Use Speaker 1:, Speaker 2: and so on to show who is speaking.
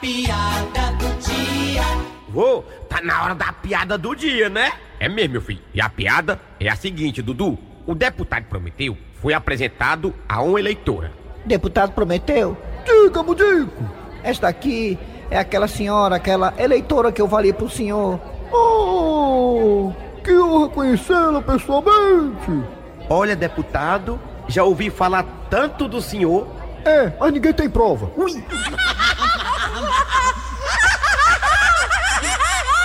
Speaker 1: piada do dia.
Speaker 2: Vô, tá na hora da piada do dia, né? É mesmo, meu filho. E a piada é a seguinte, Dudu. O deputado Prometeu foi apresentado a uma eleitora.
Speaker 3: Deputado Prometeu? Diga, Mudico. Esta aqui é aquela senhora, aquela eleitora que eu valia pro senhor.
Speaker 4: Oh, que honra conhecê-lo pessoalmente.
Speaker 2: Olha, deputado, já ouvi falar tanto do senhor.
Speaker 4: É, mas ninguém tem prova.
Speaker 2: Ui!